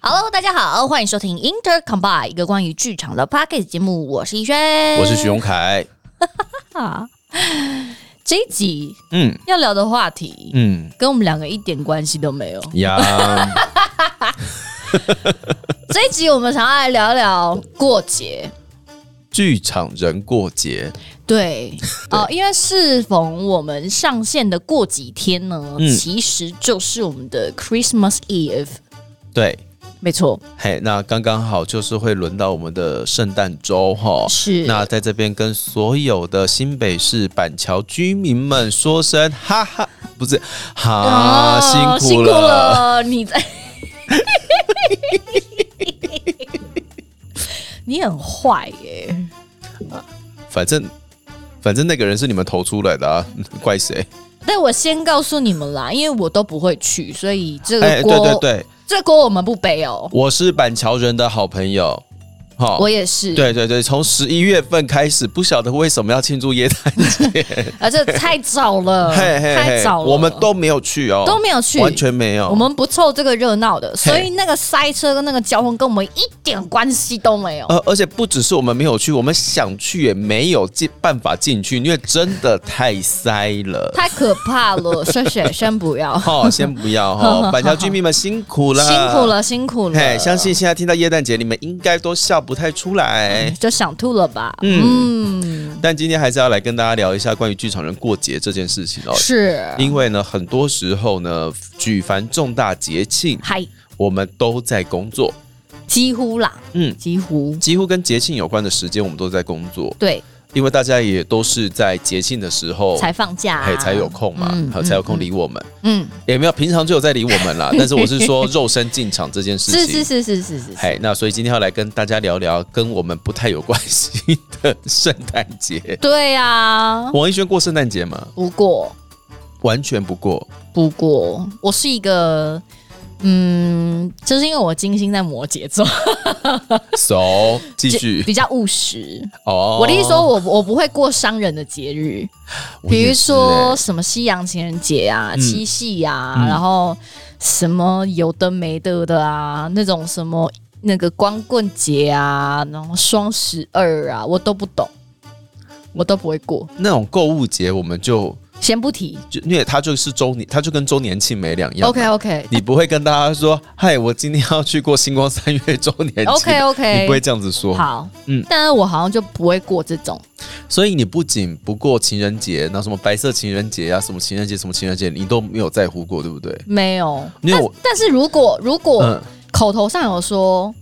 Hello，大家好，欢迎收听 Inter Combine 一个关于剧场的 Pocket 节目，我是逸轩，我是徐永凯。啊。这一集嗯要聊的话题、 嗯跟我们两个一点关系都没有。呀，这一集我们想要来聊聊过节，剧场人过节， 对，哦、因为适逢我们上线的过几天呢，嗯其实就是我们的 Christmas Eve，对，没错，嘿，那刚刚好就是会轮到我们的圣诞周哈。是那在这边跟所有的新北市板桥居民们说声哈哈，不是哈，哦啊辛苦辛苦了。了，你在， 你很坏耶、反正反正那个人是你们投出来的啊， 怪谁？但我先告诉你们啦，因为我都不会去，所以这哎，个锅，对对对，这个锅我们不背哦。我是板桥人的好朋友。好我，也是，哦对对对，从十一月份开始，不晓得为什么要庆祝耶诞节。啊，这太早 了，嘿嘿太嘿，早了，我们都没有去哦，都没有去，完全没有。我们不凑这个热闹的，所以那个塞车跟那个交通跟我们一点关系都没有。呃，而且不只是我们没有去，我们想去也没有进办法进去，因为真的太塞了。太可怕了， 谢谢，先不要，哦，先不要好好 好哈，板桥居民们辛苦了，辛苦。了，辛苦了嘿，，相信现在听到耶诞节，你们应该都笑不太出来。就想吐了吧？嗯嗯，但今天还是要来跟大家聊一下关于剧场人过节这件事情哦，是，因为呢，很多时候呢，举凡重大节庆，还我们都在工作，几乎啦，嗯，几乎几乎跟节庆有关的时间，我们都在工作。对，因为大家也都是在节庆的时候才放假哦嘿才有，空嘛，啊嗯好才有空理我们，嗯，也没有平常就有在理我们 啦。但是我是说肉身进场这件事是情，是是是是是，是嘿，那所以今天要来跟大家聊聊跟我们不太有关系的圣诞 节。对啊，王一轩过圣诞节吗？不过完全不过，不过，我是一个。嗯，就是因为我金星在摩 羯座， 熟、继续比较务实。哦。我的意思说我，我不会过商人的节日，我比也如是说欸什么西洋情人节啊、嗯七夕啊，嗯然后什么有的没的的啊，那种什么那个光棍节啊，然后双十二啊，我都不懂，我都不会过。那种购物节，我们就先不提就因为它就是周年，它就跟周年庆没两样。 ，OK OK 你不会跟大家说，嗨，我今天要去过星光三月周年庆 OK 你不会 OK，这样子说。好，嗯嗯，但是我好像就不会过这种，所以你不仅不过情人节，那什么白色情人节啊，什么情人节，什么情人节，你都没有在乎过，对不对？没有。因为我但是如果如果、嗯，口头上有说，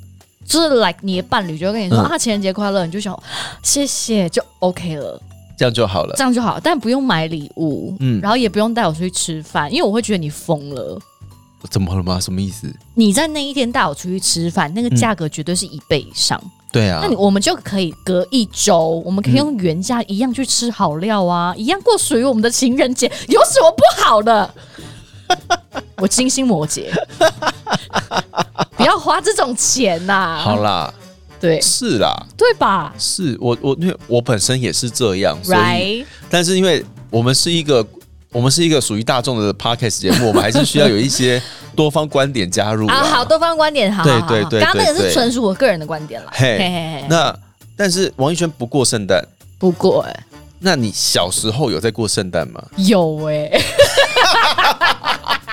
就是 like 你的伴侣就会跟你说、嗯啊情人节快乐，你就想 谢谢就 OK 了，这样就好了这。样就好，但不用买礼物，嗯然后也不用带我出去吃饭，因为我会觉得你疯了。怎么了吗？什么意思？你在那一天带我出去吃饭，那个价格绝对是一倍以上。对啊那你，我们就可以隔一周，我们可以用原价一样去吃好料啊，嗯一样过属于我们的情人节，有什么不好的？ 我金星摩羯，不要花这种钱呐、好啦，对是啦，对吧是我我因为我本身也是这样，所以？Right？但是因为我们是一个。我们是一个属于大众的 podcast 节目，我们还是需要有一些多方观点加入啊，好，多方观点，好，对好好对对刚刚那个对对是纯属我个人的观点啦。嘿嘿嘿，那但是王一轩不过圣诞，不过哎，那你小时候有在过圣诞吗？有哎。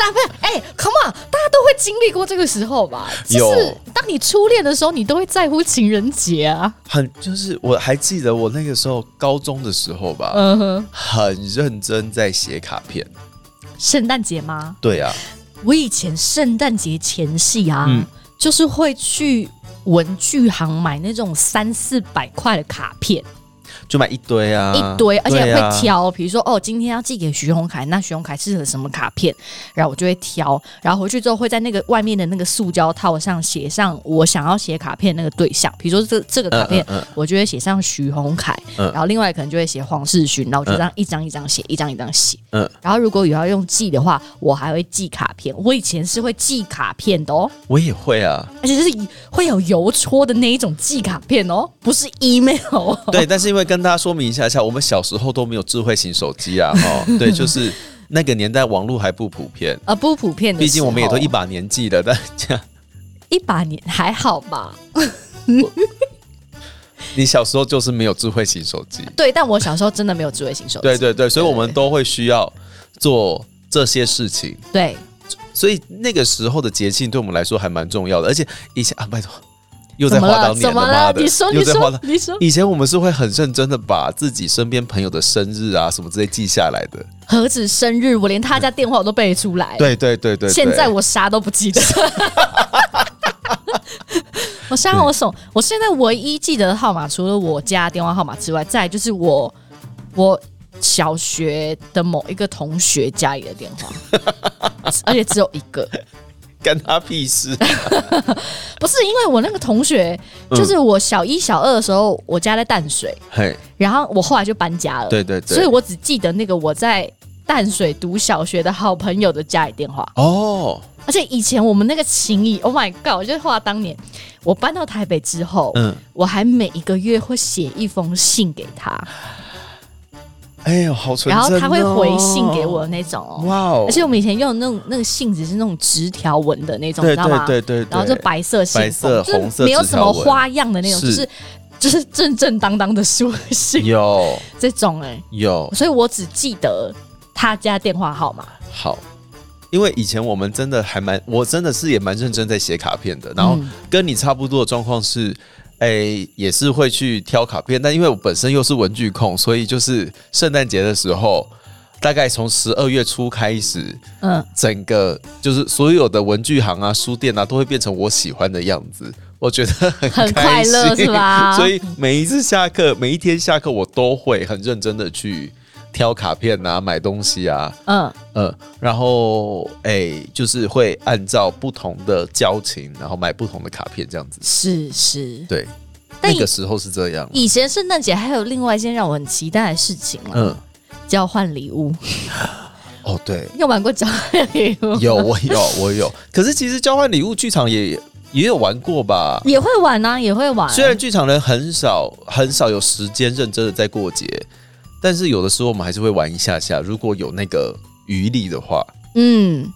大笨哎，Come on，大家都会经历过这个时候吧？就是有当你初恋的时候，你都会在乎情人节啊。很就是我还记得我那个时候高中的时候吧，嗯哼，很认真在写卡片。圣诞节吗？对啊，我以前圣诞节前夕啊，嗯就是会去文具行买那种三四百块的卡片。就买一堆啊，一堆，而且对啊会挑，比如说哦，今天要寄给徐宏凯，那徐宏凯适合什么卡片，然后我就会挑，然后回去之后会在那个外面的那个塑胶套上写上我想要写卡片那个对象，比如说这这个卡片，嗯嗯嗯我就会写上徐宏凯，嗯然后另外可能就会写黄世勋，然后我就这样一张一张写，一张一张写，嗯然后如果有要用寄的话，我还会寄卡片，我以前是会寄卡片的哦，我也会啊，而且就是以会有邮戳的那一种寄卡片哦，不是 email 哦。对，但是因为跟大家说明一下下，我们小时候都没有智慧型手机啊，哦，对，就是那个年代网络还不普遍， 呃，不普遍的时候，毕竟我们也都一把年纪了，大家一把年还好吧？你小时候就是没有智慧型手机，对，但我小时候真的没有智慧型手机。对对对，所以我们都会需要做这些事情，对，所以那个时候的节庆对我们来说还蛮重要的，而且以前啊，拜托，又在怎么花了？当怎年么妈了？的，你说，又你在花说当，。你说，以前我们是会很认真的把自己身边朋友的生日啊什么之类记下来的，何止生日，我连他家电话我都背得出来。对对对对对。哎现在我啥都不记得。 我想想，我手，我现在唯一记得的号码，除了我家电话号码之外，再来就是我我小学的某一个同学家里的电话， 而且只有一个。干他屁 事，不是因为我那个同学，嗯就是我小一小二的时候，我家在淡水，嘿，然后我后来就搬家了，对对对。所以我只记得那个我在淡水读小学的好朋友的家里电话。哦，而且以前我们那个情谊，Oh my God！就是话当年我搬到台北之后，嗯，我还每一个月会写一封信给他，哎呦，好纯真、然哦。后他会回信给我的。那种哦。哇哦！而且我们以前用的那种那个信纸是那种直条纹的那种，你对知道吗？对对对对，然后就白色信封，白色就是红色没有直什条么纹花样的那种，就是是就是正正当当的书信有这种哎、有所以我只记得他家电话号码。好。因为以前我们真的还蛮，我真的是也蛮认真在写卡片的。然嗯后跟你差不多的状况是，哎、也是会去挑卡片，但因为我本身又是文具控，所以就是圣诞节的时候，大概从十二月初开始，嗯，整个就是所有的文具行啊、书店啊，都会变成我喜欢的样子。我觉得很很开心快乐是 吧所以每一次下课，每一天下课，我都会很认真的去挑卡片啊、买东西啊，嗯，呃，然后哎、就是会按照不同的交情，然后买不同的卡片这样子。是是。对，但那个时候是这样。以前圣诞节还有另外一件让我很期待的事情了，嗯，交换礼物。哦，对，你有玩过交换礼物？有我有我有，可是其实交换礼物剧场也也有玩过吧？ 也会玩啊，也会玩。虽然剧场人很少很少有时间认真的在过节，但是有的时候我们还是会玩一下下，如果有那个余力的话。嗯，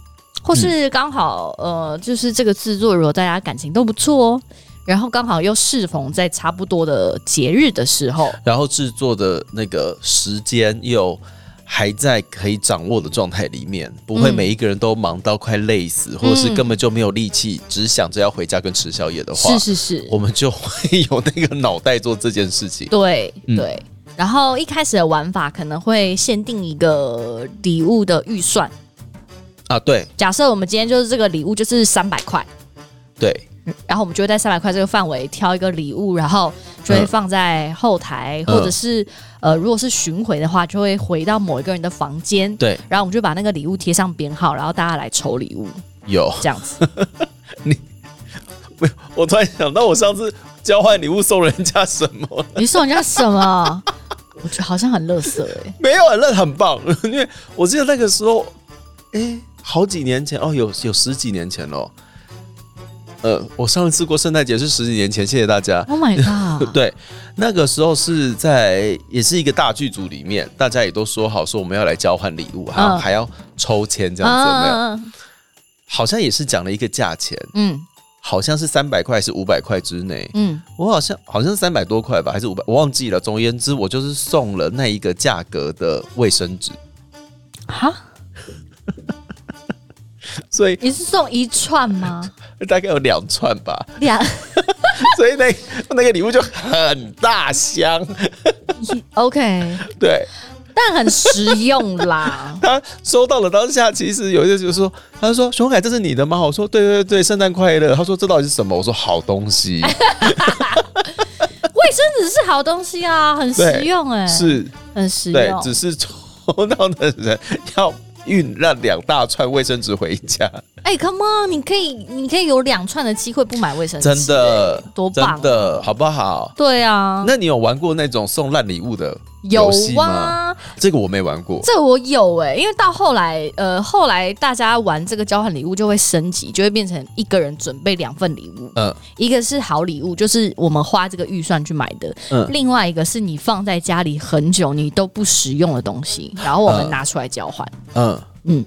或是刚好、呃，就是这个制作，如果大家感情都不错哦，然后刚好又适逢在差不多的节日的时候，然后制作的那个时间又还在可以掌握的状态里面，不会嗯每一个人都忙到快累死，或者是根本就没有力气，只想着要回家跟吃宵夜的话，是是是，我们就会有那个脑袋做这件事情。对嗯对。然后一开始的玩法可能会限定一个礼物的预算，啊，对假设我们今天就是这个礼物就是三百块，对，然后我们就会在三百块这个范围挑一个礼物，然后就会放在后台，嗯或者是呃，如果是巡回的话，就会回到某一个人的房间，对，然后我们就把那个礼物贴上编号，然后大家来抽礼物，有。这样 子。我突然想到，我上次交换礼物送人家什么？你送人家什么？我觉得好像很乐色哎，没有，那很棒， 因为我记得那个时候，哎、好几年前哦，有有十几年前喽。呃，我上一次过圣诞节是十几年前，谢谢大家。 Oh my god！， 对，那个时候是在也是一个大剧组里面，大家也都说好说我们要来交换礼物，还要、嗯还要抽签这样子，有没有？嗯好像也是讲了一个价钱，嗯好像是三百块还是五百块之内。嗯我好像好像三百多块吧，还是五百，我忘记了。总而言之，我就是送了那一个价格的卫生纸，哈，所以你是送一串吗？大概有两串吧。 两所以那那个礼物就很大箱， OK，对但很实用啦。他收到了当下，其实有一些就是说，他就说熊凯这是你的吗？我说对对对，圣诞快乐。他说这到底是什么？我说好东 西，卫生纸是好东西啊，很实用哎、是很实对，用。只是抽到的人要运那两大串卫生纸回 家，哎、c o m e on，你可以，你可以有两串的机会不买卫生纸、真的哎多棒、真的好不好？对啊，那你有玩过那种送烂礼物的有游戏吗？啊，这个我没玩过。这我有哎、因为到后来，呃，后来大家玩这个交换礼物就会升级，就会变成一个人准备两份礼物，嗯一个是好礼物，就是我们花这个预算去买的；嗯，另外一个是你放在家里很久你都不使用的东西，然后我们嗯拿出来交换。嗯嗯嗯，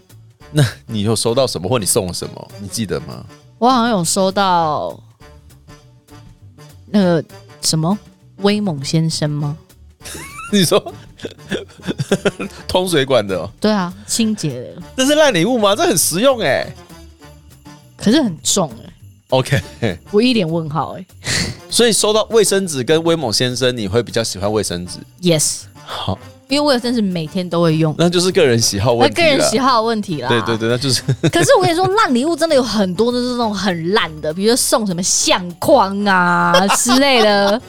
那你有收到什么，或你送了什么？你记得吗？我好像有收到那个什么威猛先生吗？ 你说通水管的、哦，对啊，清洁的，这是烂礼物吗？这很实用哎、可是很重哎、 OK， 我一脸问号哎、所以收到卫生纸跟威猛先生，你会比较喜欢卫生纸。 Yes，好，因为我有真是每天都会用，那就是个人喜好那问题呃个了。人喜好的啊问题啦。对对对，那就是？可是我跟你说，烂礼物真的有很多都是那种很烂的，比如说送什么相框啊 之类的。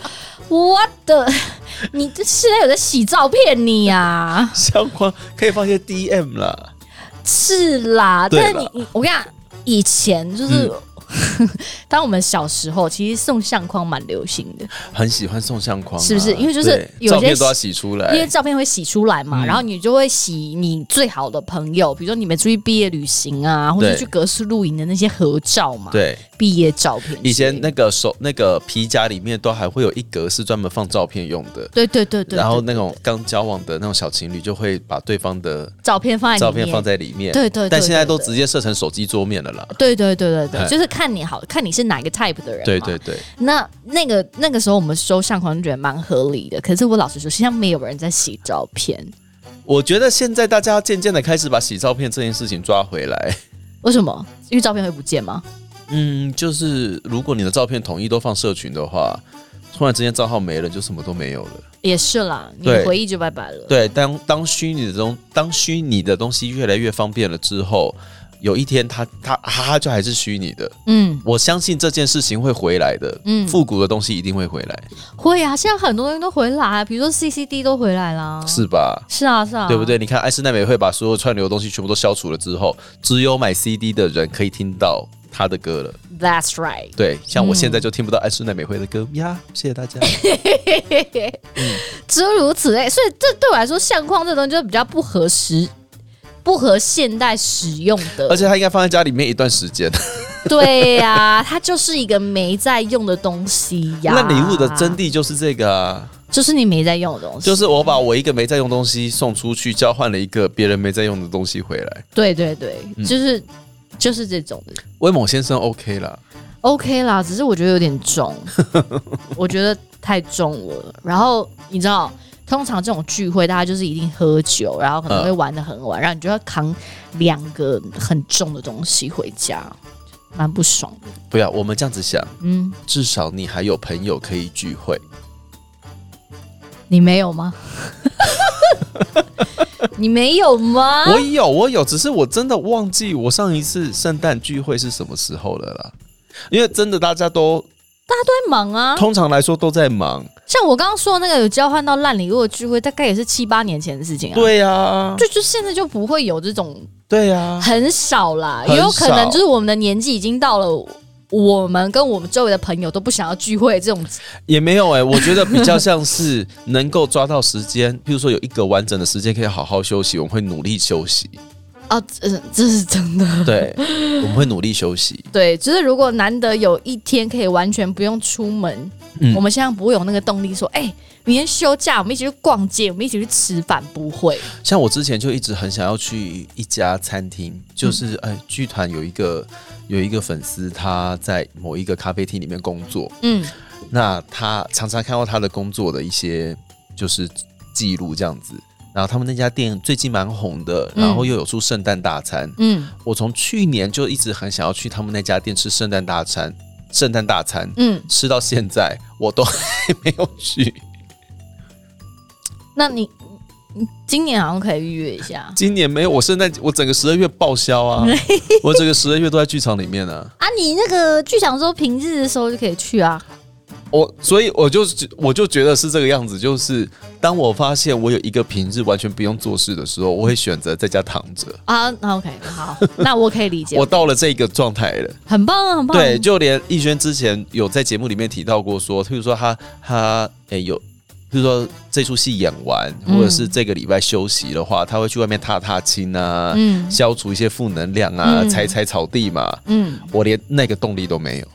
我的，你这现在有在洗照片你呀、啊相框可以放一些 DM 啦。是啦，对但啦是你你我跟你讲，以前就是、当我们小时候，其实送相框蛮流行的，很喜欢送相框啊、是不是因为就是对有些照片都要洗出因为来，照片会洗出来嘛，嗯然后你就会洗你最好的朋友，比如说你们出去毕业旅行啊，或者对去格式露营的那些合照嘛，对。毕业照片之类的。以前那个手那个皮夹里面都还会有一格是专门放照片用的，对对对对对然后那种刚交往的那种小情侣就会把对方的照片放在照里面片放在里面，对对呃对但现在都对直接设成手机桌面了啦。对对对对对，哎就是看你好看你是哪个 type 的人。对对。对，那那个那个时候我们收相框就觉得蛮合理的，可是我老实说，现在没有人在洗照片，我觉得现在大家渐渐的开始把洗照片这件事情抓回来。为什么？因为照片会不见吗？嗯，就是如果你的照片统一都放社群的话，突然之间账号没了，就什么都没有了。也是啦，你对回忆就拜拜了。对，当当虚拟的东当虚拟的东西越来越方便了之后，有一天它它它就还是虚拟的。嗯，我相信这件事情会回来的。嗯嗯，复古的东西一定会回来，会啊，现在很多人都回来，啊比如说 CCD 都回来啦。是吧？是啊是啊，对不？对？你看，艾斯奈美会把所有串流的东西全部都消除了之后，只有买 CD 的人可以听到他的歌了。 That's right 对，像我现在就听不到艾斯奈美惠的歌呀。谢谢大家。嗯诸如此类，所以这对我来说，相框这东西就比较不合时、不合现代使用的。而且它应该放在家里面一段时间。 对呀、它就是一个没在用的东西呀、那礼物的真谛就是这个啊，就是你没在用的东西，就是我把我一个没在用的东西送出去，交换了一个别人没在用的东西回来。对对对，嗯就是就是这种的。威猛先生 OK 啦， OK 啦，只是我觉得有 点重，我觉得太重了。然后你知道，通常这种聚会大家就是一定喝酒，然后可能嗯会玩的很晚，然后你就要扛两个很重的东西回家，蛮不爽的。不要我们这样子想，嗯，至少你还有朋友可以聚会。你没有吗？ 你没有吗？我有，我有，只是我真的忘记我上一次圣诞聚会是什么时候了啦。因为真的大家都在忙啊。通常来说都在忙，像我刚刚说的那个有交换到烂礼物的聚会，大概也是七八年前的事情啊。，对呀，就就现在就不会有这种对啊呀，很少啦，嗯很少也有可能就是我们的年纪已经到了。我们跟我们周围的朋友都不想要聚会，这种也没有哎、我觉得比较像是能够抓到时间，譬如说有一个完整的时间可以好好休息，我们会努力休息。啊，这这是真的。对，我们会努力休息。对，就是如果难得有一天可以完全不用出门，嗯我们现在不会有那个动力说，哎、明天休假，我们一起去逛街，我们一起去吃饭，不会。像我之前就一直很想要去一家餐厅，就是哎，剧团有一个有一个粉丝他在某一个咖啡厅里面工作，嗯，那他常常看到他的工作的一些就是记录这样子。然后他们那家店最近蛮红的，嗯然后又有出圣诞大餐，嗯我从去年就一直很想要去他们那家店吃圣诞大餐，圣诞大餐嗯，吃到现在我都还没有去。 那你你今年好像可以预约一下今年没有，我圣诞我整个十二月报销啊，我整个十二月都在剧场里面啊。啊，你那个剧场说平日的时候就可以去啊。我所以我就我就觉得是这个样子，就是当我发现我有一个平日完全不用做事的时候，我会选择在家躺着。啊，那 OK，好，那我可以理解我，到了这个状态了。很棒啊，很棒。对，就连逸轩之前有在节目里面提到过说，譬如说他他诶、有，譬如说这出戏演完，嗯或者是这个礼拜休息的话，他会去外面踏踏青啊，嗯消除一些负能量啊，嗯踩踩草地嘛。嗯我连那个动力都没有，哦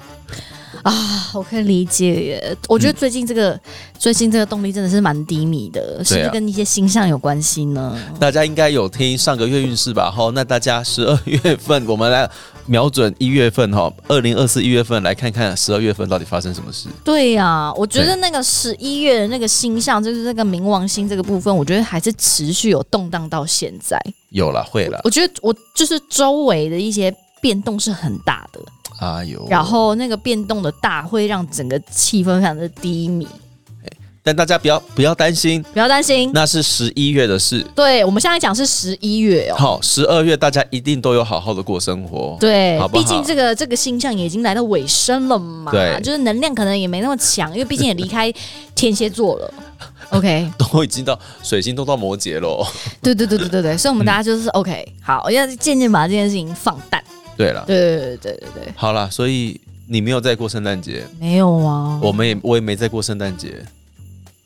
啊，我可以理解耶。我嗯觉得最近这个、最近这个动力真的是蛮低迷的，是不对是啊跟一些星象有关系呢？大家应该有听上个月运势吧？吼，那大家十二月份我们来瞄准一月份哈，二零二四一月份来看看十二月份到底发生什么事。对呀、我觉得那个十一月的那个星象，就是这个冥王星这个部分，我觉得还是持续有动荡到现在。有了，会了，我觉得我就是周围的一些变动是很大的，哎呦！然后那个变动的大会让整个气氛非常的低迷。但大家不要不要担心，不要担心，那是十一月的事。对我们现在讲是十一月哦。好，十二月大家一定都有好好的过生活。对好，不好毕竟这个这个星象也已经来到尾声了嘛，对就是能量可能也没那么强，因为毕竟也离开天蝎座了。OK，都已经到水星都到摩羯喽。对对对对对对，所以我们大家就是 OK，好，要渐渐把这件事情放淡。对了，对对对对对对，好了，所以你没有在过圣诞节，没有啊，我们也我也没在过圣诞节。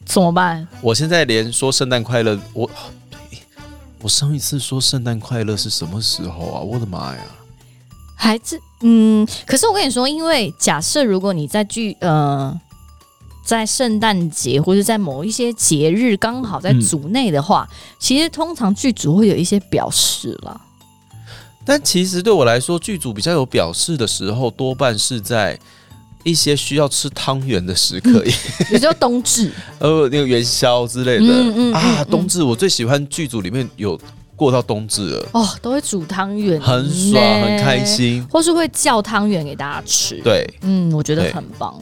怎么办？我现在连说圣诞快乐，我我上一次说圣诞快乐是什么时候啊？我的妈呀！还是嗯，可是我跟你说，因为假设如果你在聚呃。在圣诞节或者在某一些节日刚好在嗯组内的话，其实通常剧组会有一些表示啦。但其实对我来说，剧组比较有表示的时候，多半是在一些需要吃汤圆的时刻，比如说冬至， 呃，那个元宵之类的、嗯嗯啊。嗯冬至我最喜欢剧组里面有过到冬至了，哦，都会煮汤圆，很爽，嗯很开，心。或是会叫汤圆给大家吃。，对，嗯，我觉得对很棒。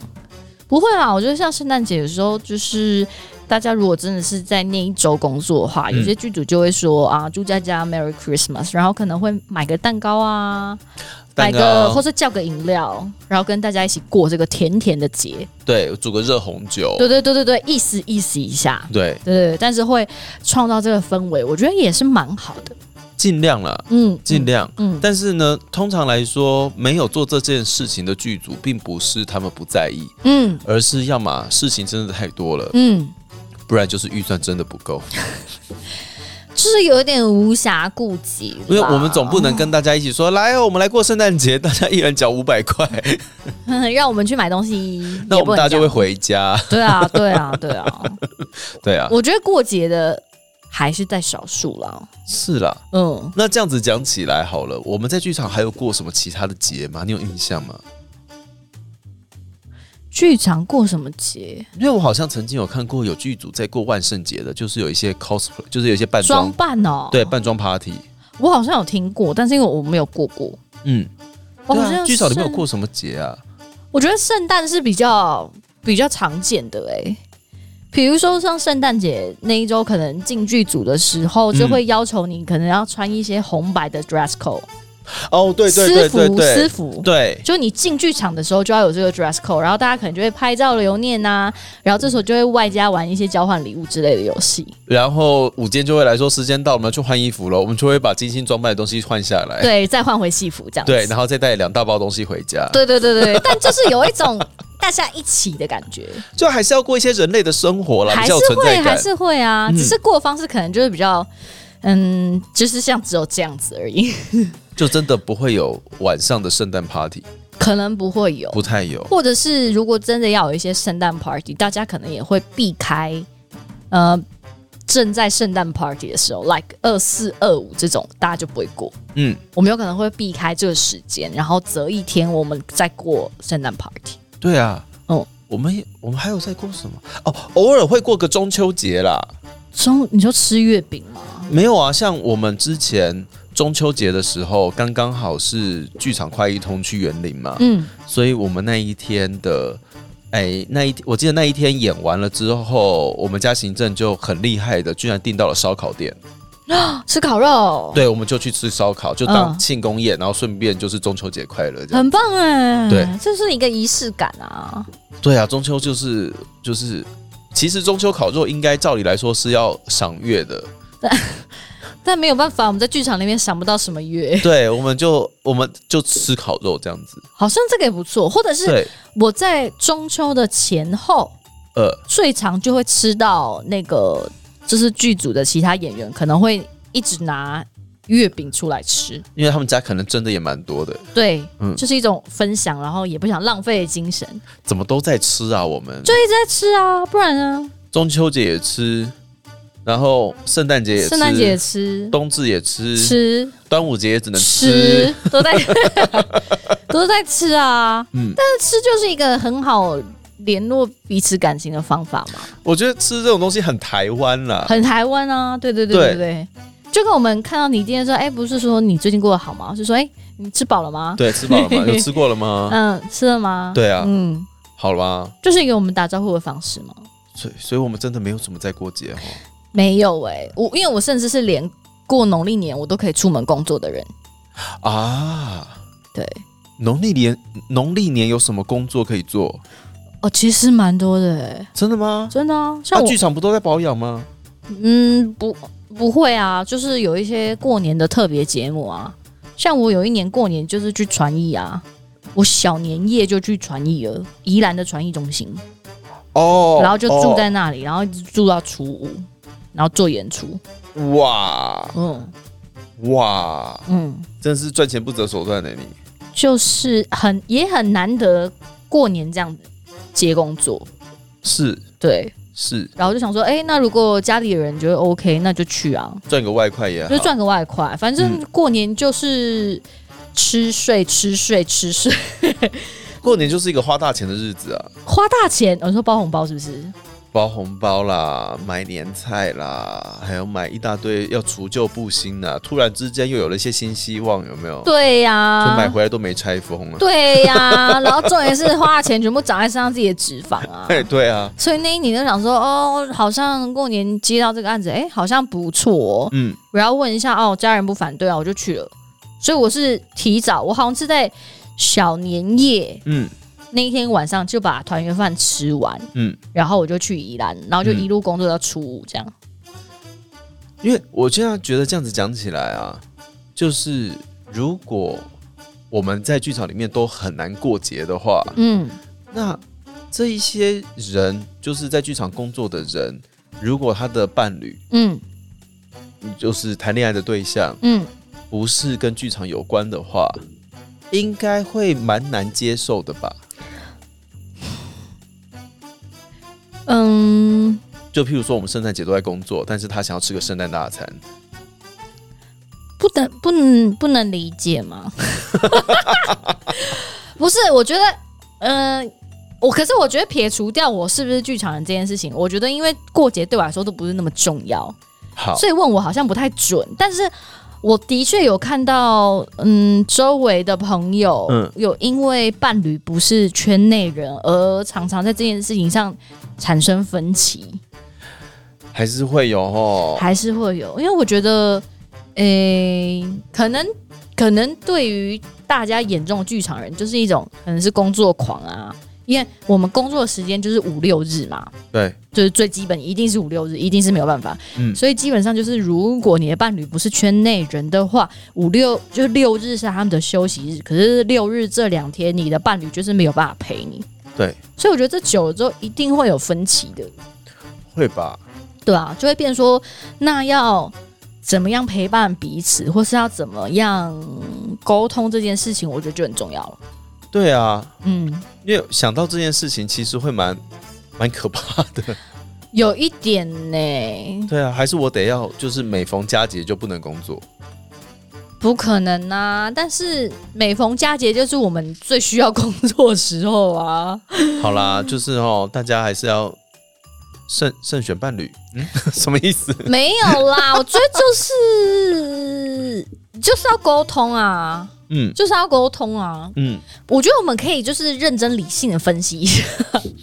不会啊啦，我觉得像圣诞节有时候就是大家如果真的是在那一周工作的话，嗯有些剧组就会说啊，祝大家 Merry Christmas，然后可能会买个蛋糕啊，蛋买个糕或，是叫个饮料，然后跟大家一起过这个甜甜的节。对，煮个热红酒，对对对对对，意思意思一下。对，对对，对但是会创造这个氛围，我觉得也是蛮好的。尽量啦，嗯，尽量。嗯，嗯但是呢，通常来说，没有做这件事情的剧组，并不是他们不在意，嗯而是要么事情真的太多了，嗯，不然就是预算真的不够。就是有一点无暇顾及啦，因为我们总不能跟大家一起说，来哦，我们来过圣诞节，大家一人缴五百块，让我们去买东西，那我们大家就会也回家。不能这样对啊，对啊，对啊。对啊，我觉得过节的还是在少数啦。是啦。嗯，那这样子讲起来好了，我们在剧场还有过什么其他的节吗？你有印象吗？剧场过什么节？因为我好像曾经有看过有剧组在过万圣节的，就是有一些 cosplay，就是有一些扮装装，扮哦，对，，扮装 party。我好像有听过，但是因为我没有过过。嗯，我对好像啊，剧场里面有圣过什么节啊？我觉得圣诞是比较比较常见的哎、比如说像圣诞节那一周，可能进剧组的时候就会要求你可能要穿一些红白的 dress code，、哦，对对对对私服私对服。对，就你进剧场的时候就要有这个 dress code，然后大家可能就会拍照留念呐、然后这时候就会外加玩一些交换礼物之类的游戏。然后午间就会来说时间到，我们要去换衣服了，我们就会把精心装扮的东西换下来，对，再换回戏服这样子。哎对，然后再带两大包东西回家，对对对 对，但就是有一种大家一起的感 觉。就还是要过一些人类的生活啦，还比是较有存会在还感。是会啊，嗯只是过的方式可能就是比较，嗯，就是像只有这样子而已， 就真的不会有晚上的圣诞 party，可能不会有，不太有。或者是如果真的要有一些圣诞 party，大家可能也会避开，呃，正在圣诞 party 的时候，like 二四二五这种，大家就不会过。嗯，我们有可能会避开这个时间，然后择一天我们再过圣诞 party。对啊，哦哦，我们也我们还有在过什么？哦，偶尔会过个中秋节啦。中，你说吃月饼吗？没有啊，像我们之前中秋节的时候，刚刚好是剧场快一通去园林嘛，嗯，所以我们那一天的。哎，那一我记得那一天演完了之后，我们家行政就很厉害的，居然订到了烧烤店。吃烤肉，，对，我们就去吃烧烤，就当哦嗯庆功宴，然后顺便就是中秋节快乐这样。很棒哎、对，这是一个仪式感啊。对啊，中秋就是就是，其实中秋烤肉应该照理来说是要赏月的。但没有办法，我们在剧场里面想不到什么乐，对，我们就我们就吃烤肉这样子。好像这个也不错，或者是对，我在中秋的前后呃，最长就会吃到那个，就是剧组的其他演员可能会一直拿月饼出来吃，因为他们家可能真的也蛮多的，对，嗯就是一种分享，然后也不想浪费精神，怎么都在吃啊？我们就一直在吃啊，不然呢？中秋节也吃，然后圣诞节也吃，圣诞节也吃，冬至也吃，吃端午节也只能吃吃，都在 都在吃啊。嗯但是吃就是一个很好联络彼此感情的方法嘛，我觉得吃这种东西很台湾啦，很台湾啊。对对对对对对对，就跟我们看到你今天说，哎、不是说你最近过得好吗？是说，哎、你吃饱了吗？对，吃饱了吗？有吃过了吗？ 嗯，吃了吗？对啊嗯，好了吗？就是一个我们打招呼的方式嘛。所以，所以我们真的没有什么在过节哦。没有哎、我因为我甚至是连过农历年我都可以出门工作的人，啊，对，农历年农历年有什么工作可以做？哦，其实蛮多的、欸，真的吗？真的啊，像那我，剧场不都在保养吗？嗯，不不会啊，就是有一些过年的特别节目啊，像我有一年过年就是去传艺啊。我小年夜就去传艺了，宜兰的传艺中心，哦然后就住在哦那里，然后一直住到初五，然后做演出。哇嗯哇，嗯，真是赚钱不择手段的你。就是很也很难得过年这样子接工作，是对，是，然后就想说，哎、那如果家里的人觉得 OK，那就去啊，赚个外快也好就。赚个外快。反正过年就是吃睡、吃睡、吃睡，过年就是一个花大钱的日子啊，花大钱。哦我、你说包红包是不是？包红包啦，买年菜啦，还有买一大堆要除旧布新的、突然之间又有了一些新希望，有没有？对啊呀、哦就买回来都没拆封啊了。对呀、然后重点是花的钱全部长在身上自己的脂肪啊。哎， 对啊，所以那一年就想说，哦，好像过年接到这个案子，哎、好像不错、哦。嗯，我要问一下哦，家人不反对啊，我就去了。所以我是提早，我好像是在小年夜嗯那一天晚上就把团圆饭吃完，嗯，然后我就去宜兰，然后就一路工作到初五这样。因为我现在觉得这样子讲起来啊，就是如果我们在剧场里面都很难过节的话，嗯，那这一些人就是在剧场工作的人，如果他的伴侣嗯就是谈恋爱的对象嗯，不是跟剧场有关的话，应该会蛮难接受的吧？嗯，就譬如说，我们圣诞节都在工作，但是他想要吃个圣诞大餐，不能不能不能理解 吗？不是，我觉得，嗯、我可是我觉得撇除掉我是不是剧场人这件事情，我觉得因为过节对我来说都不是那么重要，好，所以问我好像不太准，但是。我的确有看到，嗯，周围的朋友、嗯有因为伴侣不是圈内人，而常常在这件事情上产生分歧。还是会有哦。还是会有，因为我觉得，诶、可能可能对于大家眼中的剧场人，就是一种可能是工作狂啊，因为我们工作的时间就是五六日嘛，对，就是最基本一定是五六日，一定是没有办法，嗯所以基本上就是如果你的伴侣不是圈内人的话，五六就是六日是他们的休息日，可是六日这两天你的伴侣就是没有办法陪你，对，所以我觉得这久了之后一定会有分歧的。会吧？对啊，就会变说，那要怎么样陪伴彼此，或是要怎么样沟通这件事情，我觉得就很重要了。对啊，嗯，因为想到这件事情，其实会蛮蛮可怕的。有一点呢、对啊，还是我得要，就是每逢佳节就不能工作。不可能啊！但是每逢佳节就是我们最需要工作的时候啊。好啦，就是哦，大家还是要慎慎选伴侣。嗯， 什么意思？ 没有啦， 我觉得就是就是要沟通啊，嗯就是要沟通啊。嗯，我觉得我们可以就是认真理性的分析一下，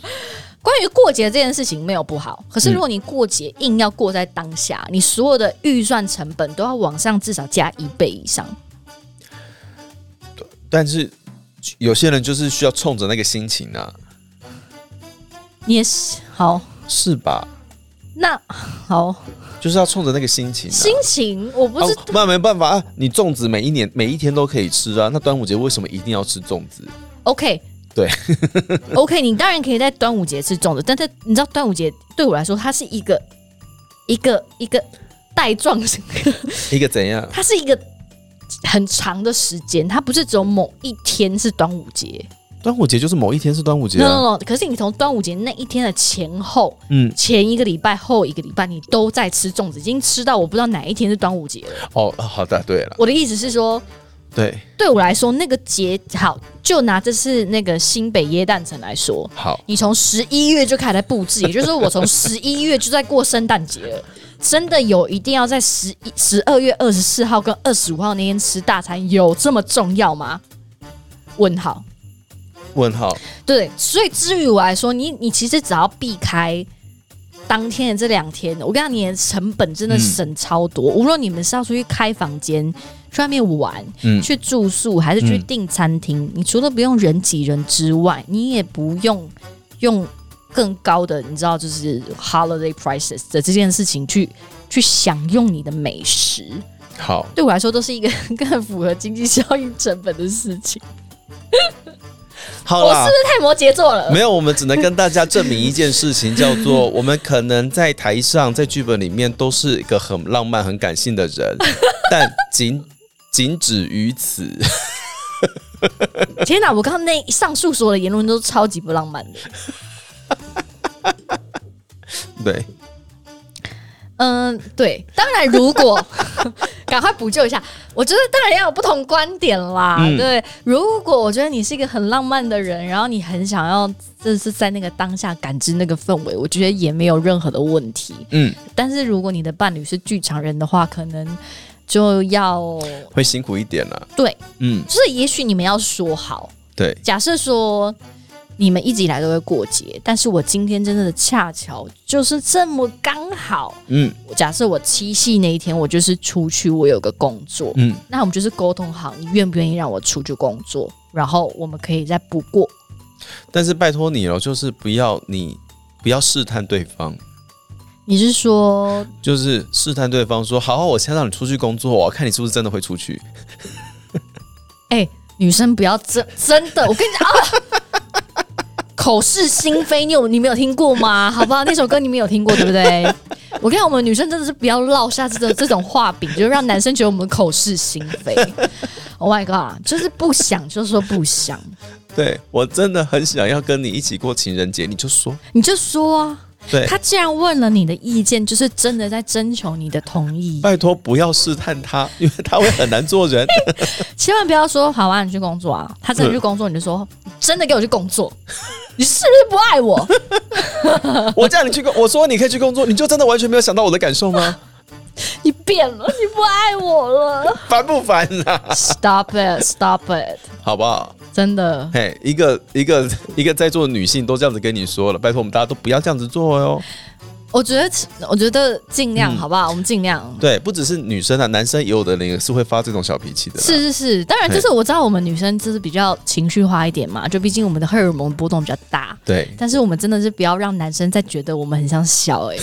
关于过节这件事情没有不好，可是如果你过节硬要过在当下，你所有的预算成本都要往上至少加一倍以上。但是有些人就是需要冲着那个心情啊，你也是好，是吧？那好就是要冲着那个心情、啊。心情我不是、哦那、没办法啊，你粽子每一年每一天都可以吃啊，那端午节为什么一定要吃粽子？ OK。对 ，OK，你当然可以在端午节吃粽子，但是你知道端午节对我来说，它是一个一个一个带状性，一个怎样？ 它是一个很长的时间，它不是只有某一天是端午节，端午节就是某一天是端午节 No 啊 no no！可是你从端午节那一天的前后、嗯，前一个礼拜、后一个礼拜，你都在吃粽子，已经吃到我不知道哪一天是端午节了。哦，好的，对了，我的意思是说，对，对我来说，那个节好，就拿这次那个新北耶诞城来说，好，你从十一月就开始在布置，也就是说，我从十一月就在过圣诞节了。 真的有一定要在十一、十二月二十四号跟二十五号那天吃大餐，有这么重要吗？问号。问号，对，所以至于我来说，你你其实只要避开当天的这两天，我跟你讲，你的成本嗯真的省超多。无论你们是要出去开房间、去外面玩、嗯去住宿，还是去嗯订餐厅，你除了不用人挤人之外，你也不用用更高的，你知道，就是 holiday prices 的这件事情去去享用你的美食。好，对我来说，都是一个 更符合经济效益成本的事情。好我是啦不。是太摩羯座 了？没有，我们只能跟大家证明一件事情，叫做我们可能在台上、在剧本里面都是一个很浪漫、很感性的人，但仅仅止于此。天哪！我刚刚那上述所有的言论都超级不浪漫的。对，嗯，对，当然如果赶快补救一下，我觉得当然要有不同观点啦。嗯对，如果我觉得你是一个很浪漫的人，然后你很想要，这是在那个当下感知那个氛围，我觉得也没有任何的问题。嗯，但是如果你的伴侣是剧场人的话，可能就要会辛苦一点啦。对，嗯，就是也许你们要说好，对，假设说你们一直以来都会过节，但是我今天真的恰巧就是这么刚好。嗯假设我七夕那一天我就是出去，我有个工作，嗯，那我们就是沟通好，你愿不愿意让我出去工作，然后我们可以再补过。但是拜托你了，就是不要你不要试探对方，你是说就是试探对方说，好好，我先让你出去工作，我要看你是不是真的会出去。女生不要真真的？我跟你讲啊，口是心非，你有你没有听过吗？好不好？那首歌你们有听过对不对？我跟你讲，我们女生真的是不要落下这种这种画饼，就让男生觉得我们口是心非。Oh my god，就是不想就说不想，对我真的很想要跟你一起过情人节，你就说你就说啊。对。他既然问了你的意见，就是真的在征求你的同意，拜托不要试探他， 因为他会很难做 人。千万不要说好啊，你去工作啊。他真的去工作，你就说真的给我去工作，你是不是不爱我？我叫你去工，我说你可以去工作，你就真的完全没有想到我的感受 吗？你变了，你不爱我了。烦不烦啊？ Stop it, stop it，好不好？真的。嘿，一个一个一个在座的女性都这样子跟你说了，拜托我们大家都不要这样子做哦哟。我觉得，我觉得尽量嗯好不好？我们尽量。对，不只是女生啊，男生也有的人也是会发这种小脾气的啦。是是是，当啊然，嘿就是我知道我们女生就是比较情绪化一点嘛，就毕竟我们的荷尔蒙波动比较大。对，但是我们真的是不要让男生再觉得我们很像小哎、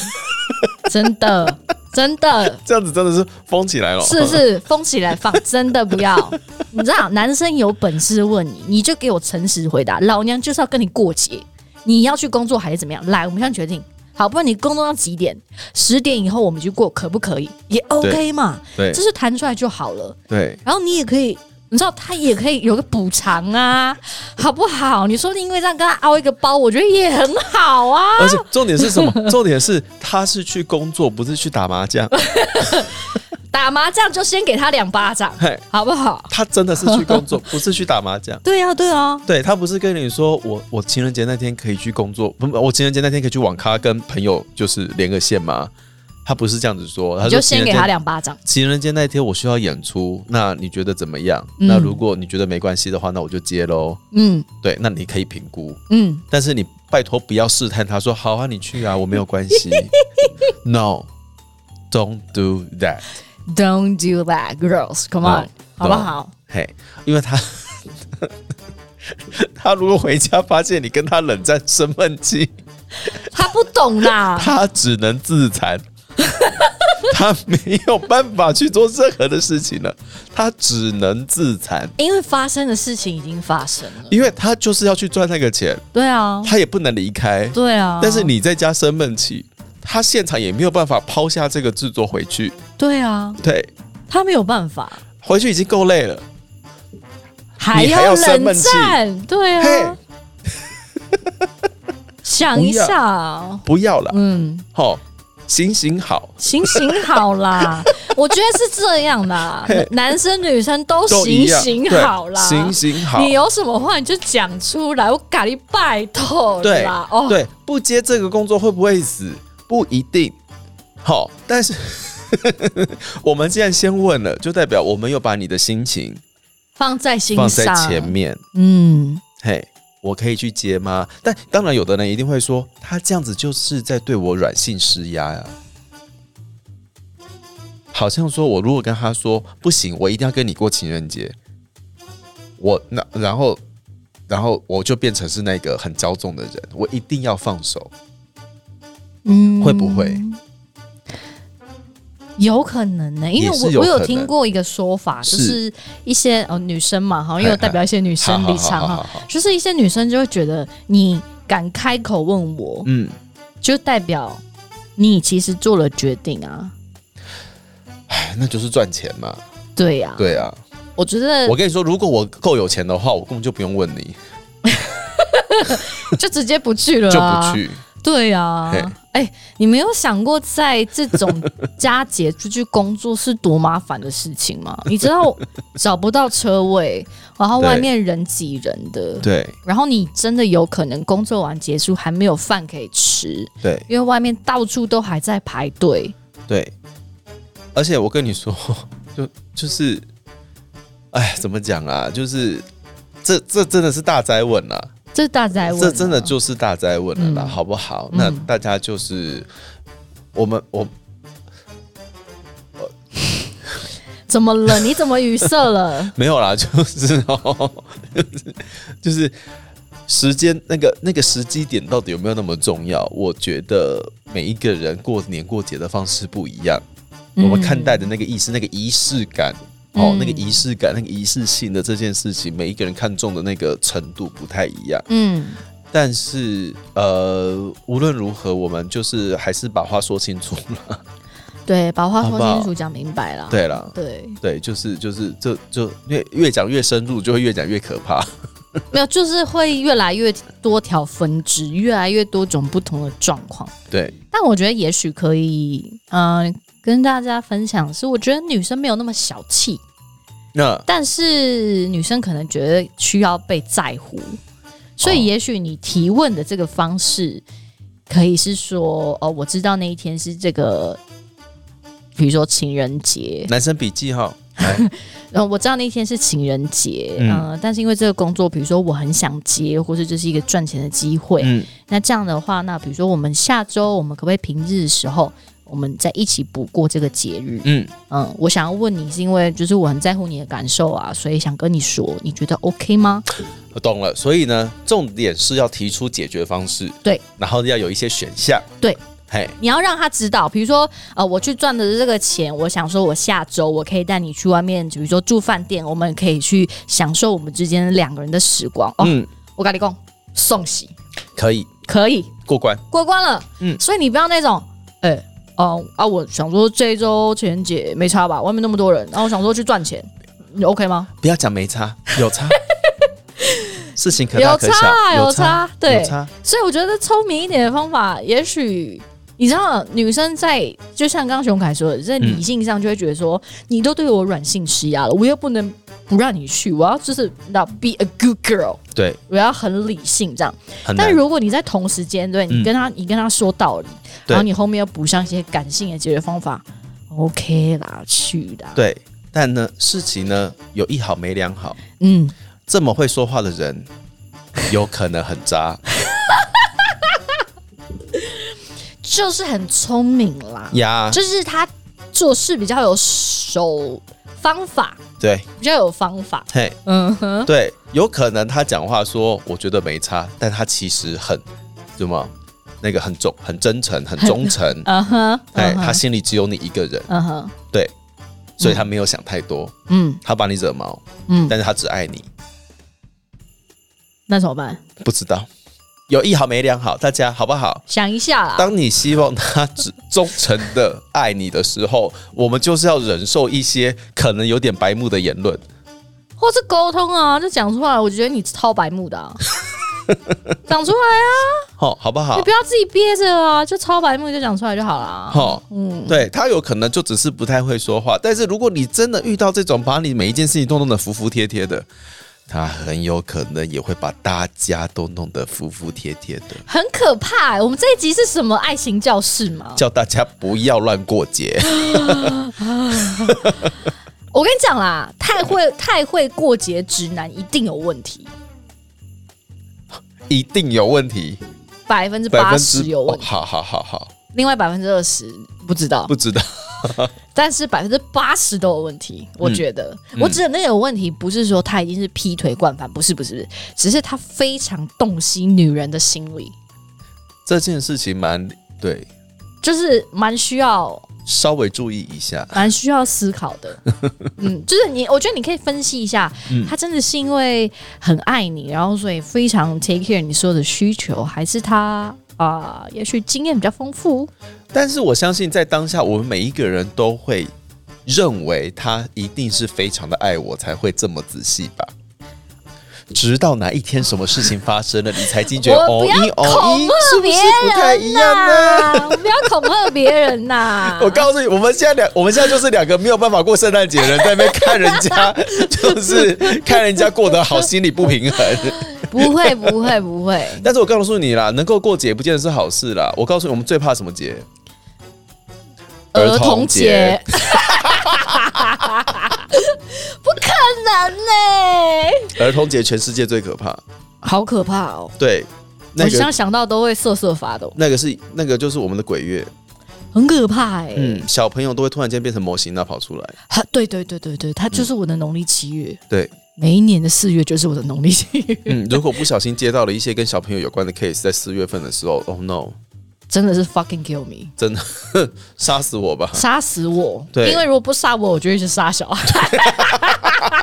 真的真的这样子真的是疯起来了。是是封起来放，真的 不要。你知道男生有本事问你，你就给我诚实回答，老娘就是要跟你过节，你要去工作还是怎么样？来，我们现在决定。好，不然你工作到几点？十点以后我们去过，可不可以？也 OK 嘛，对就是谈出来就好了。对，然后你也可以，你知道他也可以有个补偿啊，好不好？你说不定因为这样跟他凹一个包，我觉得也很好啊。而且重点是什么？重点是他是去工作，不是去打麻将。打麻将就先给他两巴掌，嘿，好不好？他真的是去工 作，不是去打麻将。对啊，对啊，对他不是跟你说我我情人节那天可以去工作，不，我情人节那天可以去网咖跟朋友就是连个线吗？他不是这样子说，他你说就情先人给节他两巴掌。情人节那天我需要演出，那你觉得怎么样？嗯那如果你觉得没关系的话，那我就接喽。嗯对，那你可以评估，嗯，但是你拜托不要试探他说好啊，你去啊，我没有关 系。No，don't do that。 Don't do that, girls. Come on，、 No, 好不好？嘿，因为他 他如果回家发现你跟他冷战生闷气，他不懂啦，他只能自残， 他没有办法去做任何的事情了，他只能自残， 因为发生的事情已经发生了。因为他就是要去赚那个钱，对啊，他也不能离开。对啊。但是，你在家生闷气，他现场也没有办法抛下这个制作回去，对啊，对，他没有办法。回去已经够累了。还你还要生冷闷气战，对啊，想一下，不要了，嗯，吼，行行好，行行好 啦，我觉得是这样的啊，嘿男生女生都都行一样，哦行对好啦，行行好，你有什么话你就讲出来，我咖喱拜托对啦，哦，对，不接这个工作会不会死？不一定。好，但是 我们既然先问了，就代表我们有把你的心情放在心放在上，前面。嗯，嘿，我可以去接吗？但当然，有的人一定会说，他这样子就是在对我软性施压呀、好像说我如果跟他说不行，我一定要跟你过情人节，我那然后然后我就变成是那个很骄纵的人，我一定要放手。嗯会不会？有可能呢、因为也是我有我有可听能过一个说法，是就是一些呃女生嘛，哈，因为我嗨嗨代表一些女生啊立好场好好哈，好好就是一些女生就会觉得你敢开口问我，嗯，就代表你其实做了决定啊，哎，那就是赚钱嘛。对呀、对啊，我觉得我跟你说，如果我够有钱的话，我根本就不用问你，就直接不去了、就啊，不去。对呀、嘿哎、你没有想过在这种佳节出去工作是多麻烦的事情 吗？你知道找不到车位，然后外对面人挤人的，对然后你真的有可能工作完结束还没有饭可以吃，对因为外面到处都还在排队。对，而且我跟你说，就就是，哎，怎么讲啊？就是这这真的是大灾问啊！这大家问，这真的就是大灾问了啦，嗯好不好？嗯那大家就是我们我？怎么了？你怎么语塞了没有啦，就是 哦，就是就是时间那个那个时机点到底有没有那么重要？我觉得每一个人过年过节的方式不一样， 我们看待的那个意思、那个仪式感。哦嗯，那个仪式感、那个仪式性的这件事情，每一个人看重的那个程度不太一样。嗯，但是，呃，无论如何，我们就是还是把话说清楚了。对，把话好说不好清楚，讲明白了。对啦，对，对，就是就是，这就越越讲越深入，就会越讲越可怕。没有，就是会越来越多条分支，越来越多种不同的状况。对，但我觉得也许可以，嗯、跟大家分享是，我觉得女生没有那么小气，那但是女生可能觉得需要被在乎，所哦以也许你提问的这个方式，可以是说，哦，我知道那一天是这个。比如说情人节，男生笔记哈，然后我知道那一天是情人节，嗯、嗯但是因为这个工作，比如说我很想接，或是这是一个赚钱的机会，嗯，那这样的话，那比如说我们下周我们可不可以平日的时候，我们再一起补过这个节日？嗯，嗯，我想要问你，是因为就是我很在乎你的感受啊，所以想跟你说，你觉得 OK 吗？我懂了。所以呢，重点是要提出解决方式，对，然后要有一些选项，对，嘿，你要让他知道，比如说呃，我去赚的这个钱，我想说我下周我可以带你去外面，比如说住饭店，我们可以去享受我们之间两个人的时光。哦，嗯，我跟你讲，送喜可以可以，过关，过关了。嗯嗯，所以你不要那种，哎、哦啊，我想说这一周情人节没差吧，外面那么多人，然后我想说去赚钱，你 OK 吗？不要讲没差，有 差，事情可大有可差啊小，有差对有差，所以我觉得聪明一点的方法，也许。你知道，女生在就像刚刚熊凯说的，在理性上就会觉得说，你都对我软性施压了，我又不能不让你去，我要就是那 be a good girl，对，我要很理性这样。很难但。如果你在同时间对你嗯跟他、你跟他说道理，对然后你后面又补上一些感性的解决方法，OK 啦，去啦。，对，但呢，事情呢有一好没两好，嗯，这么会说话的人，有可能很渣就是很聪明啦，呀。就是他做事比较有手方法，对，比较有方法。嘿，嗯 哼，。对，有可能他讲话说我觉得没差，但他其实很什么那个很忠、很真诚、很忠诚 嗯哼，哎，嗯哼他心里只有你一个人，嗯哼，对，所以他没有想太多，嗯他把你惹毛，嗯，但是他只爱你，那怎么办？不知道有一好没两好，大家好不好？想一下啦。当你希望他只忠诚的爱你的时候，我们就是要忍受一些可能有点白目的言论。或是沟通啊，就讲出来。我觉得你超白目 的、啊，讲出来好、好不啊，好你不？要自己憋着啊，就超白目就讲出来就好啦。好、嗯，对他有可能就只是不太会说话，但是如果你真的遇到这种把你每一件事情都弄得服服帖帖的，他很有可能也会把大家都弄得服服帖帖的，很可怕、欸。我们这一集是什么爱情教室吗？叫大家不要乱过节。 我跟你讲啦，太会太会过节直男一定有问题，一定有问题，百分之百八分十之有问哦题，好好好好，另外百分之二十不知道，不知道，但是百分之八十都有问题。嗯我觉得，我指的那有问题，不是说他已经是劈腿惯犯，不是不是不是，只是他非常洞悉女人的心理，这件事情蛮对，就是蛮需要稍微注意一下。蛮需要思考 的。嗯，就是你，我觉得你可以分析一下，嗯他真的是因为很爱你，然后所以非常 take care 你所有的需求，还是他啊、也许经验比较丰富，但是我相信，在当下，我们每一个人都会认为他一定是非常的爱我，才会这么仔细吧。直到哪一天什么事情发生了，你才惊觉我哦不要一哦恐一吓是不别是人不太一样呢？呐、不要恐吓别人呐、 我告诉你，我们现在两，我们现在就是两个没有办法过圣诞节的人，在那边看人家， 就是看人家过得好，心里不平 衡。不会不会 不会，但是我告诉你啦，能够过节不见得是好事啦。我告诉你，我们最怕什么节？儿童节，， 不可能呢、儿童节全世界最可怕。好可怕哦！对，那我想个想到都会瑟瑟发抖，那个是那个就是我们的鬼月，很可怕哎、嗯，小朋友都会突然间变成模型那跑出来。哈对对对对对，它嗯就是我的农历七月，对，每一年的四月就是我的农历七月，嗯，如果不小心接到了一些跟小朋友有关的 case，在四月份的时候，Oh no，真的是 fucking kill me，真的 杀死我吧！杀死嗯我！对因为如果不杀我，我就会去杀小孩。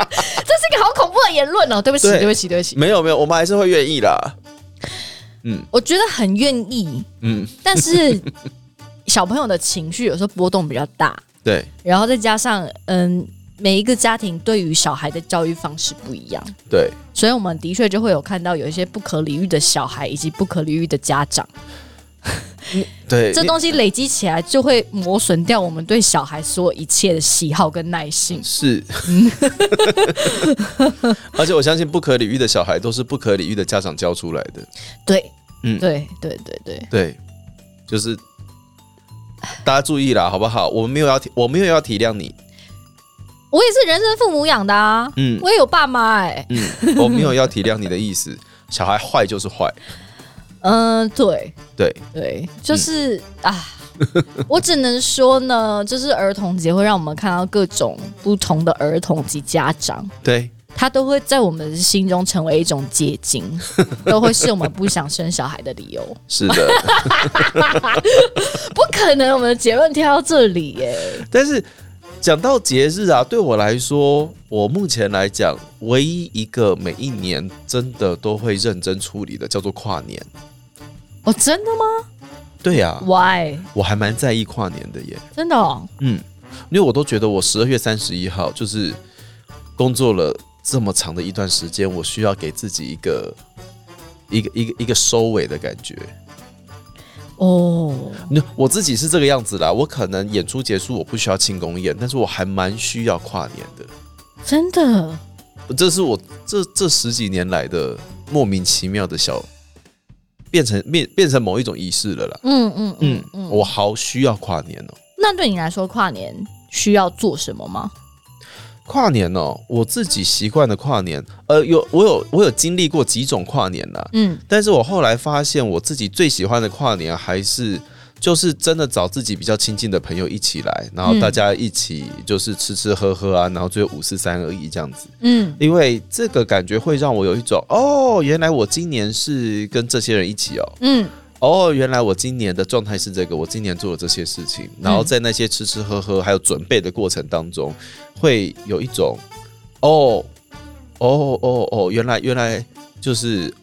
这是一个好恐怖的言论哦！对不起，对对不起，对不起，没有没有，我们还是会愿意啦。嗯我觉得很愿意，嗯，但是小朋友的情绪有时候波动比较大，对然后再加上嗯，每一个家庭对于小孩的教育方式不一样，对，所以我们的确就会有看到有一些不可理喻的小孩以及不可理喻的家长，对，这你东西累积起来就会磨损掉我们对小孩所有一切的喜好跟耐性。是，而且我相信不可理喻的小孩都是不可理喻的家长教出来的。对，嗯对，对，对，对，对，就是大家注意啦，好不好？我们没有要体，我没有要体谅你，我也是人生父母养的啊，嗯我也有爸妈哎、嗯，我没有要体谅你的意思。小孩坏就是坏，嗯，对，对，对，就是、嗯啊，我只能说呢，就是儿童节会让我们看到各种不同的儿童及家长，对，他都会在我们心中成为一种结 晶，都会是我们不想生小孩的理由。是的。不可能，我们的结论跳到这里耶、 但是讲到节日啊，对我来说，我目前来讲，唯一一个每一年真的都会认真处理的，叫做跨年。哦，真的吗对呀、啊， ？Why？我还蛮在意跨年的耶。真的、哦？嗯，因为我都觉得我十二月三十一号就是工作了这么长的一段时间，我需要给自己一个一个一个一个收尾的感觉。哦，那我自己是这个样子啦，我可能演出结束我不需要庆功宴，但是我还蛮需要跨年的。真的？这是我这这十几年来的莫名其妙的小变成变变成某一种仪式了啦。嗯嗯嗯嗯嗯。我好需要跨年哦、那对你来说，跨年需要做什么吗？跨年哦，我自己习惯的跨年，呃，有我有我有经历过几种跨年啦，嗯，但是我后来发现我自己最喜欢的跨年还是就是真的找自己比较亲近的朋友一起来，然后嗯大家一起就是吃吃喝喝啊，然后最后五四三而已这样子，嗯，因为这个感觉会让我有一种哦，原来我今年是跟这些人一起哦，嗯，哦，原来我今年的状态是这个，我今年做了这些事情，然嗯后在那些吃吃喝喝还有准备的过程当中，会有一种，哦，哦哦哦，原来原来就是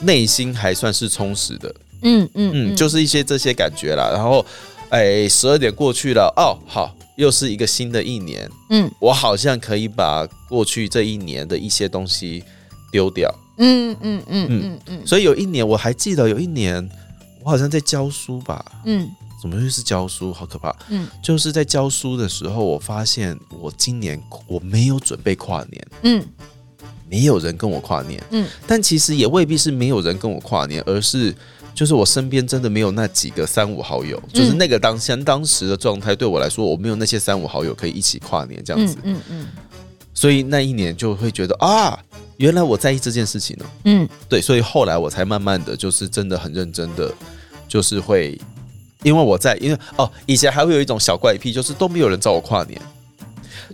内心还算是充实的，嗯嗯嗯，就是一些这些感觉啦。然后，哎，十二点过去了，哦，好，又是一个新的一年，嗯我好像可以把过去这一年的一些东西丢掉。嗯嗯嗯嗯嗯所以有一年我还记得，有一年我好像在教书吧，嗯怎么会是教书？好可怕！嗯就是在教书的时候，我发现我今年我没有准备跨年，嗯没有人跟我跨年。嗯，但其实也未必是没有人跟我跨年，而是就是我身边真的没有那几个三五好友，嗯就是那个当下当时的状态对我来说，我没有那些三五好友可以一起跨年这样子嗯，嗯嗯所以那一年就会觉得啊，原来我在意这件事情哦呢、嗯对，所以后来我才慢慢的就是真的很认真的，就是会，因为我在，因为哦，以前还会有一种小怪癖，就是都没有人找我跨年，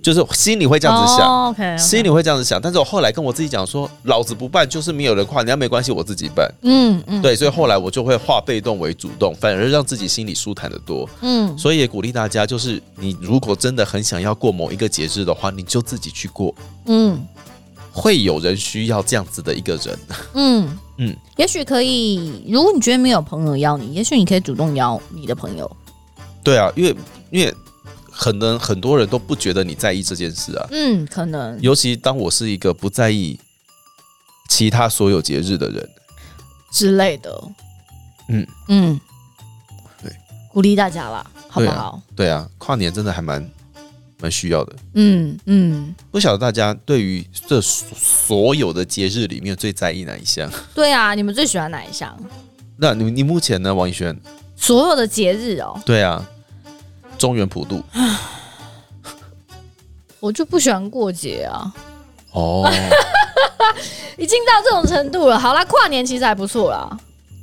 就是心里会这样子想。哦，OK，心里会这样子想，但是我后来跟我自己讲说，老子不办，就是没有人跨年，那没关系，我自己办。嗯嗯对，所以后来我就会化被动为主动，反而让自己心里舒坦得多。嗯所以也鼓励大家，就是你如果真的很想要过某一个节日的话，你就自己去过，嗯会有人需要这样子的一个人。嗯嗯嗯，也许可以，如果你觉得没有朋友邀你，也许你可以主动邀你的朋友。对啊，因为因为可能很多人都不觉得你在意这件事啊，嗯，可能尤其当我是一个不在意其他所有节日的人。之类的。嗯嗯，对，鼓励大家啦，好不对啊好？对啊，跨年真的还蛮蛮需要的。嗯嗯，不晓得大家对于这所有的节日里面最在意哪一项？对啊，你们最喜欢哪一项？那你你目前呢，王一轩？所有的节日哦，对啊，中原普渡。我就不喜欢过节啊，哦，已经到这种程度了。好啦，跨年其实还不错啦。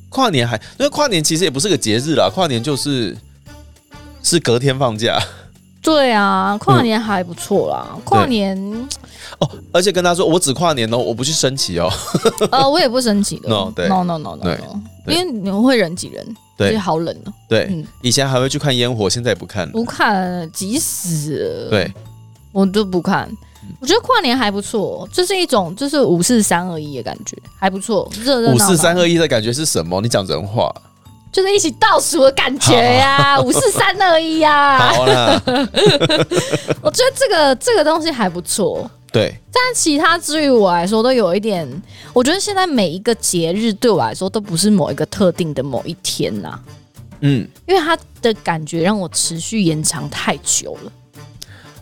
跨年还因为跨年其实也不是个节日啦，跨年就是是隔天放假对啊，跨年还不错啦。跨 年，哦。而且跟他说，我只跨年哦，我不去升旗哦。呃，我也不生气的。 No，对 no no no no，, 对 no 因对为你们会人挤人，所对以好冷哦、对，嗯以前还会去看烟火，现在也不看了。不看急死了。对，我都不看。我觉得跨年还不错，就是一种就是五四三二一的感觉，还不错，热热闹五闹。四三二一的感觉是什么？你讲人 话。就是一起倒数的感觉 呀、五四三二一呀。好啦，我觉得这个这个东西还不错，对，但其他之于我来说都有一点，我觉得现在每一个节日对我来说都不是某一个特定的某一天呐、嗯，因为它的感觉让我持续延长太久了。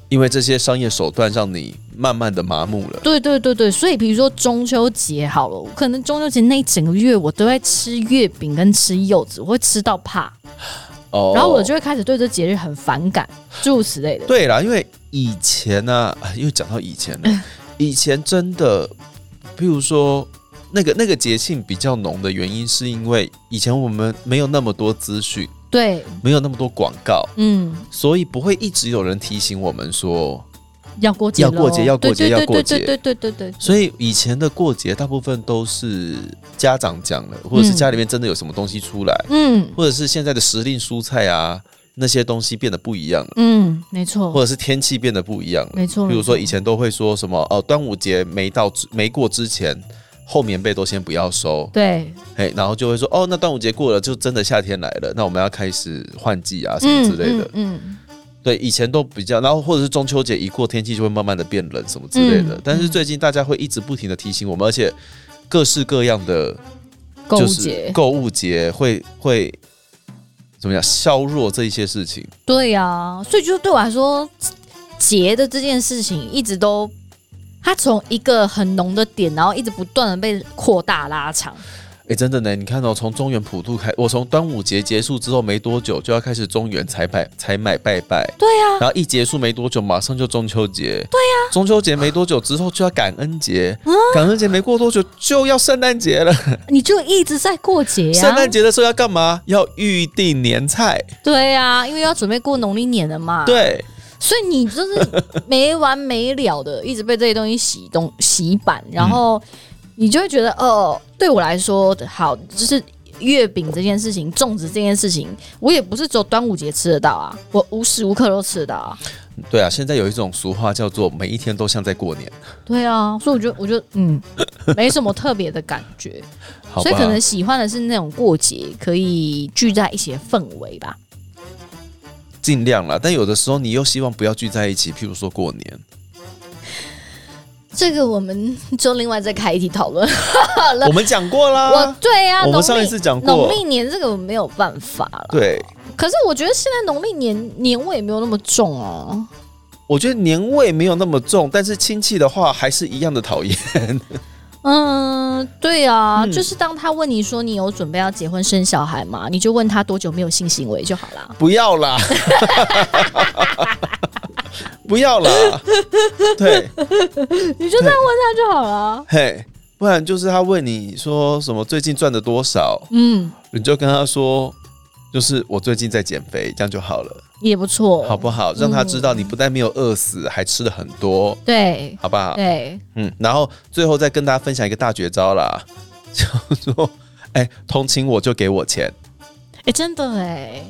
因为这些商业手段让你慢慢的麻木了。对对对对，所以比如说中秋节好了，我可能中秋节那一整个月我都在吃月饼跟吃柚子，我会吃到怕，哦然后我就会开始对这节日很反感，诸如此类的。对啦，因为以前呢、啊，又讲到以前嗯了，以前真的，譬如说那个那个节庆比较浓的原因，是因为以前我们没有那么多资讯，对，没有那么多广告，嗯，所以不会一直有人提醒我们说。要过节要咯过节要过对节对要过节对对对对对对，所以以前的过节大部分都是家长讲的，或者是嗯家里面真的有什么东西出来，嗯或者是现在的时令蔬菜啊那些东西变得不一样了，嗯，或没错，者是天气变得不一样了。没错。比如说以没错前都会说什么，呃，端午节没到之没过之前，厚棉被都先不要收，对，哎，然后就会说，哦，那端午节过了，就真的夏天来了，那我们要开始换季啊什么之类的。嗯，嗯对，以前都比较，然后或者是中秋节一过，天气就会慢慢的变冷什么之类的。嗯但是最近大家会一直不停的提醒我们，而且各式各样的嗯购物就是节，购物节会会怎么讲削弱这一些事情。对呀、啊，所以就对我来说，节的这件事情一直都。它从一个很浓的点，然后一直不断的被扩大拉长，哎，真的呢，你看到、从中原普渡开，我从端午节结束之后没多久就要开始中原采买采买拜拜，对啊呀、 然后一结束没多久马上就中秋节，对啊呀、中秋节没多久之后就要感恩节，嗯感恩节没过多久就要圣诞节了，你就一直在过节啊呀、圣诞节的时候要干嘛？要预定年菜，对呀、因为要准备过农历年了嘛，，对所以你就是没完没了的，一直被这些东西洗东洗版，然嗯后你就会觉得，哦，对我来说，好，就是月饼这件事情，粽子这件事情，我也不是只有端午节吃得到啊，我无时无刻都吃得到啊，对啊，现在有一种俗话叫做每一天都像在过年，对啊，所以我 觉得，我觉得，嗯，没什么特别的感觉，好吧？所以可能喜欢的是那种过节可以聚在一起的氛围吧。尽量啦。但有的时候你又希望不要聚在一起，譬如说过年，这个我们就另外再开一题讨论。我们讲过我啦，对啊，我农们上一历次讲农过，历年这个我没有办法了。对，可是我觉得现在农历年年味也没有那么重哦、我觉得年味没有那么重，但是亲戚的话还是一样的讨厌。 嗯，对啊，嗯就是当他问你说你有准备要结婚生小孩吗？你就问他多久没有性行为就好啦。不要啦，不要啦， 对，你就这样问他就好啦。嘿，不然就是他问你说什么最近赚的多少，嗯，你就跟他说，就是我最近在减肥，这样就好了，也不错，好不好？让他知道你不但没有饿死，还吃的很多，对好不好？对，嗯，然后最后再跟大家分享一个大绝招啦， 叫做哎，同情我就给我钱，哎、真的哎、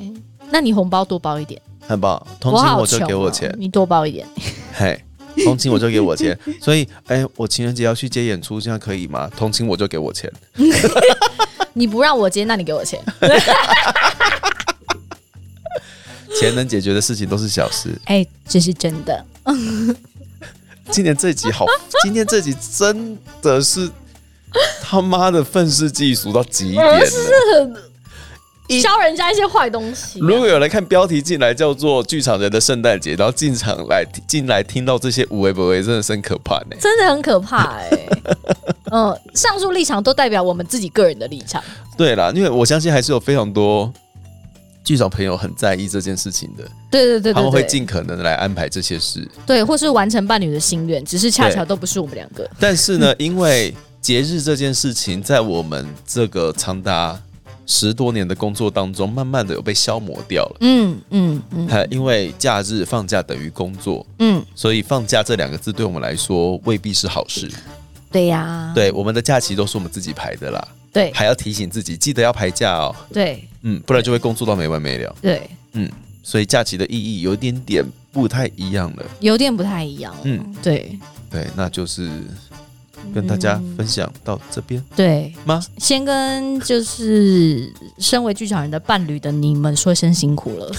那你红包多包一点，很棒，同好啊情我就穷给我哦钱。你多包一 点。嘿，同情我就给我钱。所以，哎、我情人节要去接演出，这样可以吗？同情我就给我钱。你不让我接，那你给我钱。钱能解决的事情都是小事。 哎、这是真的。今年这集 好，今天这集真的是他妈的愤世嫉俗到极点了。一教人家一些坏东西啊、如果有人看标题进来叫做《剧场人的圣诞节》，然后进场来进来听到这些无为不为，真的是很可怕呢、真的很可怕 哎、嗯，上述立场都代表我们自己个人的立场。对啦，因为我相信还是有非常多剧场朋友很在意这件事情的，对对对他们对会对，尽可能的来安排这些事。对，或是完成伴侣的心愿，只是恰巧对都不是我们两个。但是 呢，因为节日这件事情，在我们这个长达十多年的工作当中，慢慢的有被消磨掉了。嗯嗯嗯呃因为假日放假等于工作，嗯，所以放假这两个字对我们来说未必是好事。嗯对呀、对，我们的假期都是我们自己排的啦，对还要提醒自己记得要排假哦，对嗯，不然就会工作到没完没了。对，所以假期的意义有一点点不太一样了。有点不太一样。嗯嗯，对对，那就是跟大家嗯分享到这边对，吗？先跟就是身为剧场人的伴侣的你们说声辛苦 了。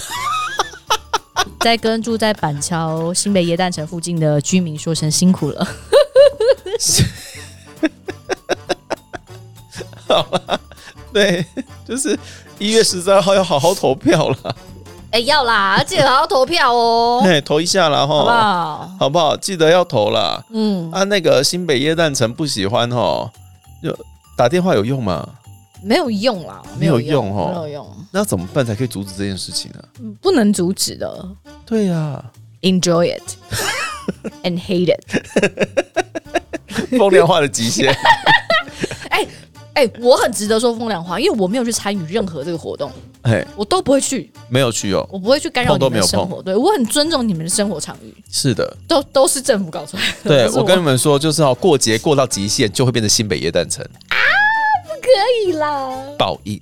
再跟住在板桥新北耶诞城附近的居民说声辛苦了。 对， 就是一月十三号要好好投票了，哎、要啦，记得好好投票哦， 嘿，投一下啦好不哈，好？好不好？记得要投啦。嗯，啊，那个新北耶诞城不喜欢哦，就打电话有用吗？没有用啦，没有用哦没有用，那怎么办才可以阻止这件事情啊呢、嗯不能阻止的。对啊呀、 Enjoy it and hate it 风凉话的极 限。哎、哎、我很值得说风凉话，因为我没有去参与任何这个活动，嘿，我都不会去，没有去哦。我不会去干扰碰都你们的没有生碰活，对我很尊重你们的生活场域，是的，都都是政府搞出来的。对不是我跟你们说，就是哦，过节过到极限就会变成新北耶诞城可以啦，报应。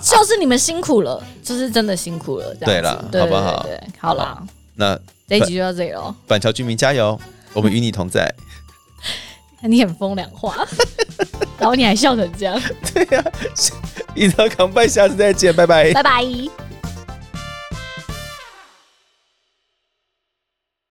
就是你们辛苦了，就是真的辛苦了，这样子对啦对好不好对对对好啦，那这一集就到这里 喽。板桥居民加油，我们与你同在。 你很风凉话， 然后你还笑成这样，一条扛拜，下次再见，拜拜。拜拜。